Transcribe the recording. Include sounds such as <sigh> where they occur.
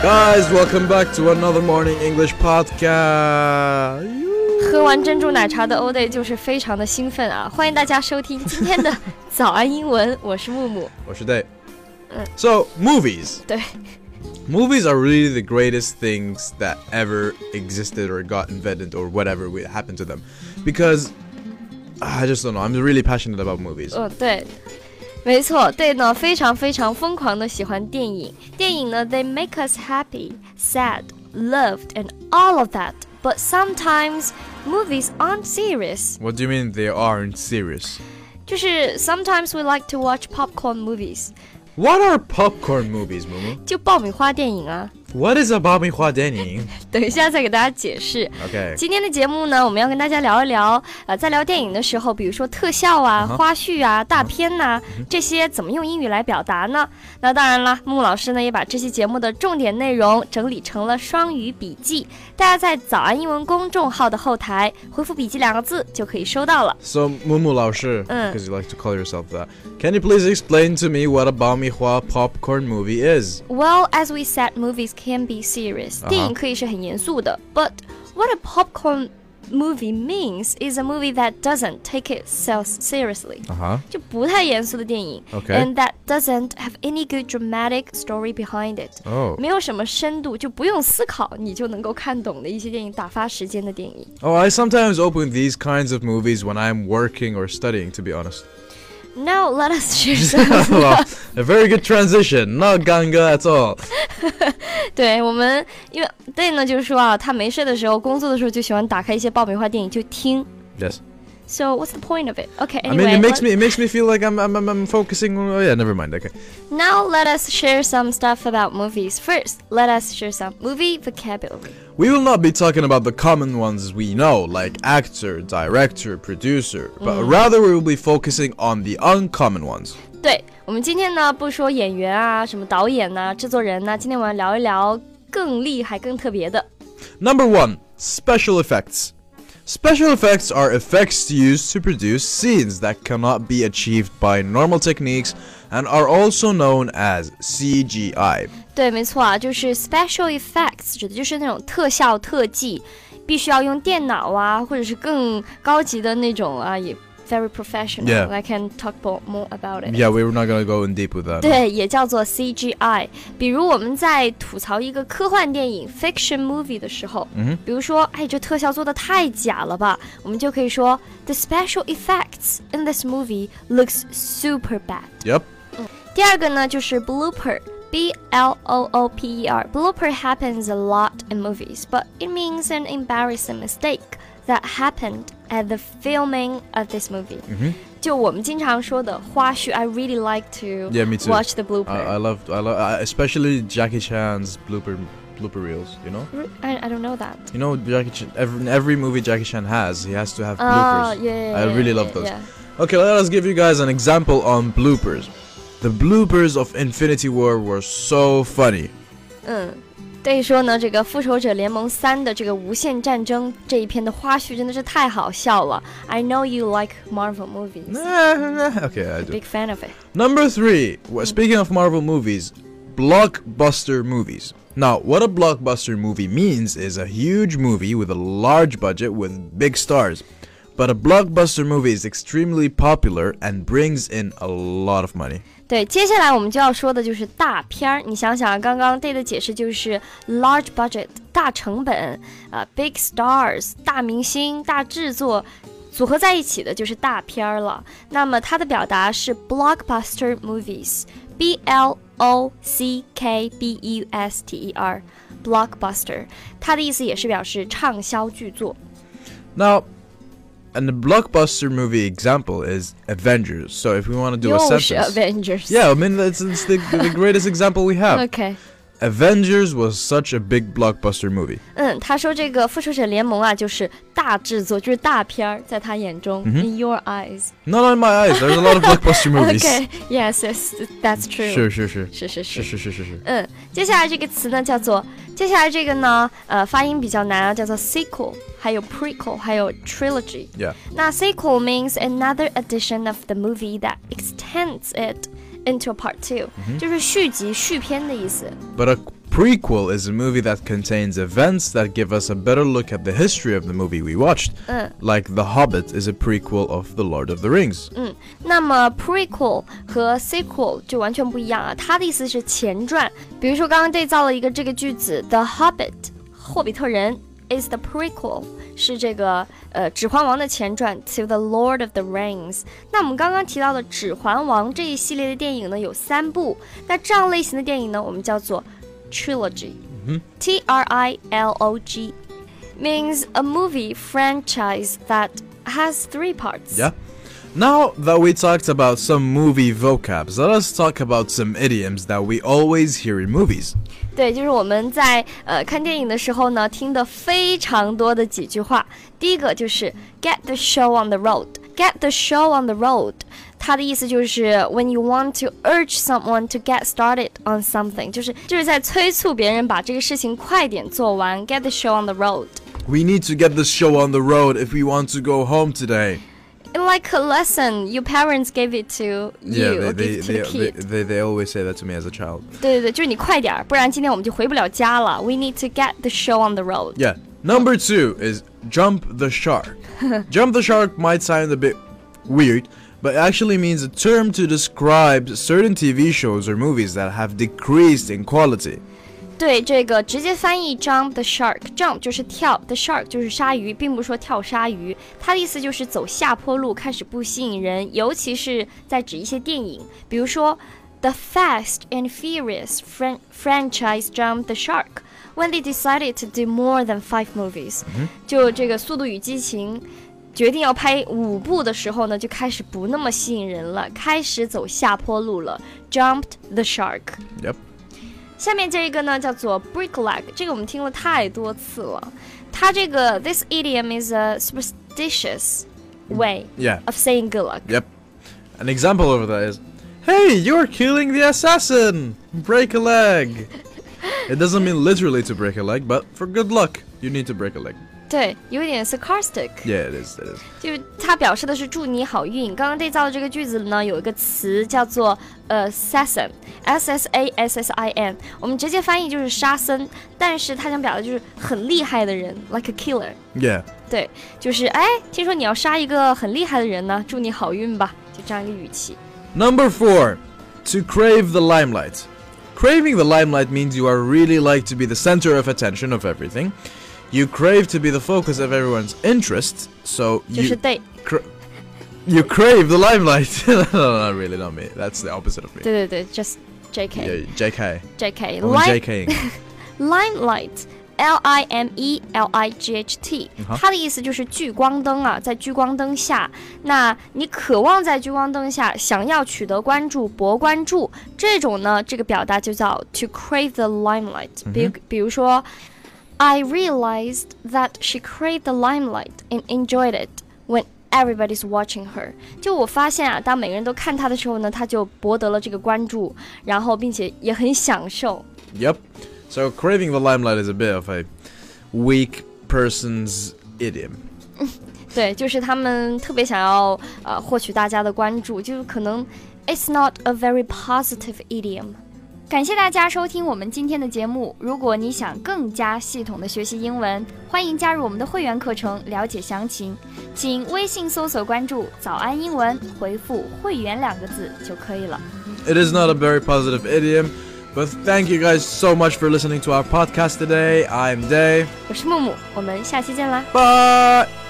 Guys, welcome back to another morning English podcast. You- 喝完珍珠奶茶的 o day 就是非常的兴奋啊！欢迎大家收听今天的早安英文，我是木木。我是Dave. 嗯。 So, movies. 对 Movies are really the greatest things that ever existed or got invented or whatever we- happened to them. Because I just don't know. I'm really passionate about movies. 嗯、对，没错，对呢，非常非常疯狂的喜欢电影。电影呢，they make us happy, sad, loved, and all of that. But sometimes movies aren't serious. What do you mean they aren't serious? 就是 sometimes we like to watch popcorn movies， What are popcorn movies, Mumu? 就爆米花电影啊。 What is a 爆米花电影?等一下再给大家解释。 Okay. 今天的节目呢，我们要跟大家聊一聊，呃，在聊电影的时候，比如说特效啊、嗯哼嗯花絮啊、大片呐、这些怎么用英语来表达呢？那当然啦，木老师呢也把这期节目的重点内容整理成了双语笔记，大家在“早安英文”公众号的后台回复“笔记”两个字就可以收到了。 So, Mumu Laoshi, 嗯。 because you like to call yourself that, can you please explain to me what a Baomihua popcorn movie is? Well, as we said, movies can be serious. 啊哈电影可以是很严肃的。But what a popcorn movie means is a movie that doesn't take itself seriously. Uh huh. 就不太严肃的电影 OK and that doesn't have any good dramatic story behind it，、 Oh. 没有什么深度，就不用思考你就能够看懂的一些电影，打发时间的电影。 Oh, I sometimes open these kinds of movies when I'm working or studying, to be honest. <laughs> Now let us <laughs> share some. well, a very good transition. Not ganga at all. 对我们，因为对呢，就是说啊，他没事的时候，工作的时候就喜欢打开一些爆米花电影就听。 Yes. So what's the point of it? Okay, I mean, anyway, it makes let- me it makes me feel like I'm I'm, I'm, I'm focusing on. Oh yeah, never mind. Okay. now let us share some stuff about movies. First, let us share some movie vocabulary. We will not be talking about the common ones we know, like actor, director, producer, but rather we will be focusing on the uncommon ones. 对我们今天呢，不说演员啊、什么导演呐、制作人呐、今天我们要聊一聊更厉害、更特别的。 Number one, special effects. Special effects are effects used to produce scenes that cannot be achieved by normal techniques and are also known as CGI. 对，没错啊，就是 special effects，指的就是那种特效特技，必须要用电脑啊，或者是更高级的那种啊，也 very professional。 Yeah. I can talk bo- more about it. Yeah, we were not gonna go in deep with that. <laughs> 对，也叫做 CGI。比如我们在吐槽一个科幻电影 fiction movie 的时候，嗯，比如说，哎，这特效做的太假了吧，我们就可以说 the special effects in this movie looks super bad。 Yep. 第二个呢，就是 blooper。B L O O P E R. Blooper happens a lot in movies, but it means an embarrassing mistake that happened at the filming of this movie. 嗯就我们经常说的花絮，I really like to Yeah, me too. watch the blooper. I, I love, I love, especially Jackie Chan's blooper blooper reels. You know, I, I don't know that. you know Jackie Chan. Every, in every movie Jackie Chan has, he has to have Oh, bloopers. yeah, yeah. I yeah, really yeah, love those. yeah. Okay, let us give you guys an example on bloopers. The bloopers of Infinity War were so funny. 嗯，所以说呢，这个《复仇者联盟三》的这个无限战争这一篇的花絮真的是太好笑了。I know you like Marvel movies. okay, I do. Big fan of it. Number three. Well, speaking of Marvel movies, blockbuster movies. Now, what a blockbuster movie means is a huge movie with a large budget with big stars. But a blockbuster movie is extremely popular and brings in a lot of money. 对，接下来我们就要说的就是大片儿。你想想，刚刚 Day 的解释就是 large budget 大成本，啊、b i g stars 大明星、大制作组合在一起的就是大片儿了。那么它的表达是 blockbuster movies，b l o c k b u s t e r。blockbuster，它的意思也是表示畅销巨作。 Now, and the blockbuster movie example is Avengers. So if we want to do a 又 sentence, 是 Avengers。 Yeah, I mean that's, that's the, <laughs> the greatest example we have. OK。 Avengers was such a big blockbuster movie. 嗯，他说这个《复仇者联盟》啊，就是大制作，就是大片儿，在他眼中、i n your eyes。 Not in my eyes. There's a lot of <laughs> blockbuster movies. Okay, yes, yes, that's true. Sure, sure, sure. 是是是是。是是是是。嗯，接下来这个词呢叫做，接下来这个呢，呃，发音比较难啊，叫做 sequel，还有 prequel，还有 trilogy。 Yeah. 那 sequel means another edition of the movie that 嗯 extends it into a part two，、就是续集、续篇的意思。 But a prequel is a movie that contains events that give us a better look at the history of the movie we watched. Uh. Like The Hobbit is a prequel of The Lord of the Rings. 嗯那么 prequel 和 sequel 就完全不一样啊，它的意思是前传。比如说，刚刚对造了一个这个句子，The Hobbit 霍比特人 is the prequel 是这个呃《指环王》的前传 to The Lord of the Rings。那我们刚刚提到的《指环王》这一系列的电影呢，有三部。那这样类型的电影呢，我们叫做 trilogy。T R I L O G means a movie franchise that has three parts. Yeah? Now that we talked about some movie vocabs, let us talk about some idioms that we always hear in movies. 对，就是我们在呃看电影的时候呢，听的非常多的几句话。第一个就是 get the show on the road，get the show on the road，它的意思就是 when you want to urge someone to get started on something，就是就是在催促别人把这个事情快点做完。get the show on the road。 We need to get this show on the road if we want to go home today. And like a lesson, your parents gave it to you, yeah, or they, they, give it to the they, they, kid. they, they always say that to me as a child. 对对对，就是你快点儿，不然今天我们就回不了家了。We need to get the show on the road. Yeah. Number two is jump the shark. <laughs> jump the shark might sound a bit weird, but actually means a term to describe certain TV shows or movies that have decreased in quality. 对，这个直接翻译 jump the shark，jump 就是跳，the shark 就是鲨鱼，并不是说跳鲨鱼，它的意思就是走下坡路，开始不吸引人，尤其是在指一些电影，比如说 The Fast and Furious fran franchise jumped the shark when they decided to do more than five movies，、就这个《速度与激情》。决定要拍五部的时候呢，就开始不那么吸引人了，开始走下坡路了，jumped the shark。 Yep. 下面这一个呢叫做 bricklack，这个我们听了太多次了。它这个 this idiom is a superstitious way Yeah. of saying good luck。 Yep. An example of that is Hey, you're killing the assassin! Break a leg! it doesn't mean literally to break a leg, but for good luck, you need to break a leg. 对，有点 sarcastic，、 Yeah, it is, it is. 就是它表示的是祝你好运。刚刚对照的这个句子呢，有一个词叫做 assassin，s s a s s i n，我们直接翻译就是杀僧，但是它想表达就是很厉害的人，like a killer。 Yeah. 对，就是哎，听说你要杀一个很厉害的人呢，祝你好运吧，就这样一个语气。 Number four, to crave the limelight. Craving the limelight means you are really like to be the center of attention of everything. You crave to be the focus of everyone's interest, so 就是 you 对 cra- you crave the limelight. <laughs> no, no, not really, not me. That's the opposite of me. 对对对，just Yeah, JK JK. JK I'm Lime JKing. limelight L I M E L I G H T，嗯哼它的意思就是聚光灯啊，在聚光灯下，那你渴望在聚光灯下想要取得关注、博关注，这种呢，这个表达就叫 to crave the limelight。比嗯如比如说，I realized that she craved the limelight and enjoyed it when everybody's watching her。就我发现啊，当每个人都看她的时候呢，她就博得了这个关注，然后并且也很享受。 yep. So craving the limelight is a bit of a weak person's idiom. 对，就是他们特别想要呃获取大家的关注，就是可能 it's not a very positive idiom。感谢大家收听我们今天的节目。如果你想更加系统的学习英文，欢迎加入我们的会员课程，了解详情。请微信搜索关注“早安英文”，回复“会员”两个字就可以了。 It is not a very positive idiom, but thank you guys so much for listening to our podcast today. I'm Day. 我是木木，我们下期见啦。 Bye.